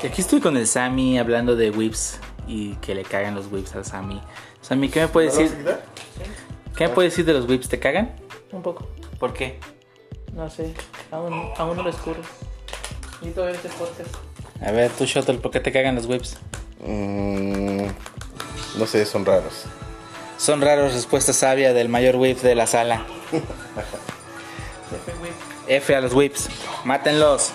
Que aquí estoy con el Sammy hablando de whips y que le cagan los whips al Sammy. Sammy, ¿qué me puedes ¿No lo decir? vas a quitar? ¿Qué me puedes decir de los whips? ¿Te cagan? Un poco. ¿Por qué? No sé. Aún, aún no lo descubro. Necesito ver este podcast. A ver, tú, Shuttle, ¿por qué te cagan los whips? Mm, no sé, son raros. Son raros, respuesta sabia del mayor whip de la sala. F a los whips. Mátenlos.